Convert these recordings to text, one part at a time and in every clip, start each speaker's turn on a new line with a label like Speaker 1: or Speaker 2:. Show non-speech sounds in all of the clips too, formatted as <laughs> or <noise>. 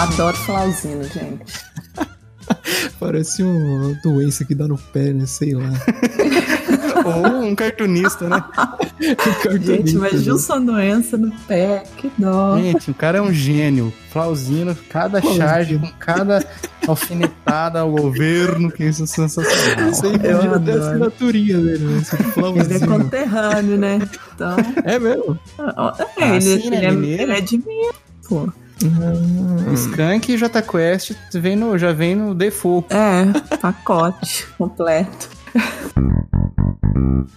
Speaker 1: adoro falar usina, gente.
Speaker 2: Parece um, uma doença que dá no pé, né? Sei
Speaker 1: <laughs>
Speaker 2: lá.
Speaker 3: Ou um cartunista, né?
Speaker 2: Um cartunista,
Speaker 1: Gente, mas
Speaker 2: né?
Speaker 1: Wilson Doença no pé, que dó.
Speaker 3: <laughs> Gente, o cara é um gênio. Flauzino, cada charge, com cada alfinetada ao governo, que isso é sensacional.
Speaker 2: Isso aí podia
Speaker 1: adoro.
Speaker 2: até assinaturinha dele, né? Esse
Speaker 1: Ele é
Speaker 2: Flauzino.
Speaker 1: conterrâneo, né? Então,
Speaker 2: É mesmo?
Speaker 1: ó, é,
Speaker 3: Ah,
Speaker 1: ele,
Speaker 3: sim, né,
Speaker 1: ele é,
Speaker 3: mineiro?
Speaker 1: ele é de mim, pô.
Speaker 3: Skank e Jota Quest vem no, já vem no default.
Speaker 1: É, pacote <laughs> completo.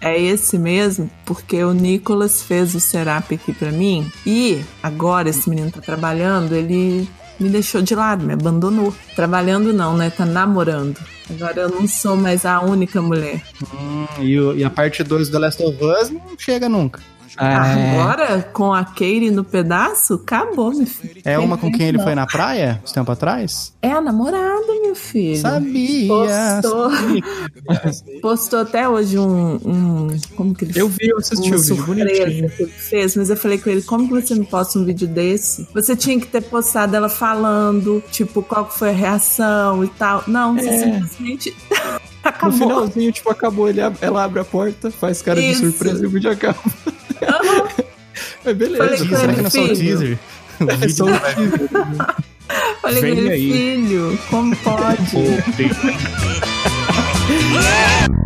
Speaker 1: É esse mesmo, porque o Nicolas fez o Serap aqui pra mim e agora esse menino tá trabalhando, ele me deixou de lado, me abandonou. Trabalhando não, né? Tá namorando. Agora eu não sou mais a única mulher.
Speaker 3: Hum, e, o- e a parte 2 do The Last of Us não chega nunca. Ah,
Speaker 1: Ah,
Speaker 3: é?
Speaker 2: É.
Speaker 1: Agora, com a Katie no pedaço, acabou, meu filho.
Speaker 3: É uma com quem ele foi na praia, uns tempo atrás?
Speaker 1: É a namorada, meu filho.
Speaker 3: Sabia!
Speaker 1: Postou, postou até hoje um, um- Como que ele
Speaker 2: Eu vi, eu assisti
Speaker 1: uma
Speaker 2: o vídeo,
Speaker 1: surpresa
Speaker 2: bonitinho.
Speaker 1: que ele fez, mas eu falei com ele, como que você não posta um vídeo desse? Você tinha que ter postado ela falando, tipo, qual que foi a reação e tal. Não, você simplesmente
Speaker 2: É.
Speaker 1: <laughs>
Speaker 2: No
Speaker 1: acabou.
Speaker 2: finalzinho, tipo, acabou, ele ab- ela abre a porta, faz cara
Speaker 1: Isso.
Speaker 2: de surpresa e o vídeo acaba.
Speaker 1: Aham.
Speaker 2: <laughs> É beleza.
Speaker 1: Falei com
Speaker 3: Será que não é só o
Speaker 1: filho.
Speaker 3: teaser? O
Speaker 2: É
Speaker 3: vídeo
Speaker 2: só o filme.
Speaker 1: Falei com
Speaker 3: Vem
Speaker 1: ele,
Speaker 2: <laughs>
Speaker 3: aí. tá
Speaker 1: filho, como pode?
Speaker 3: Pô, tem-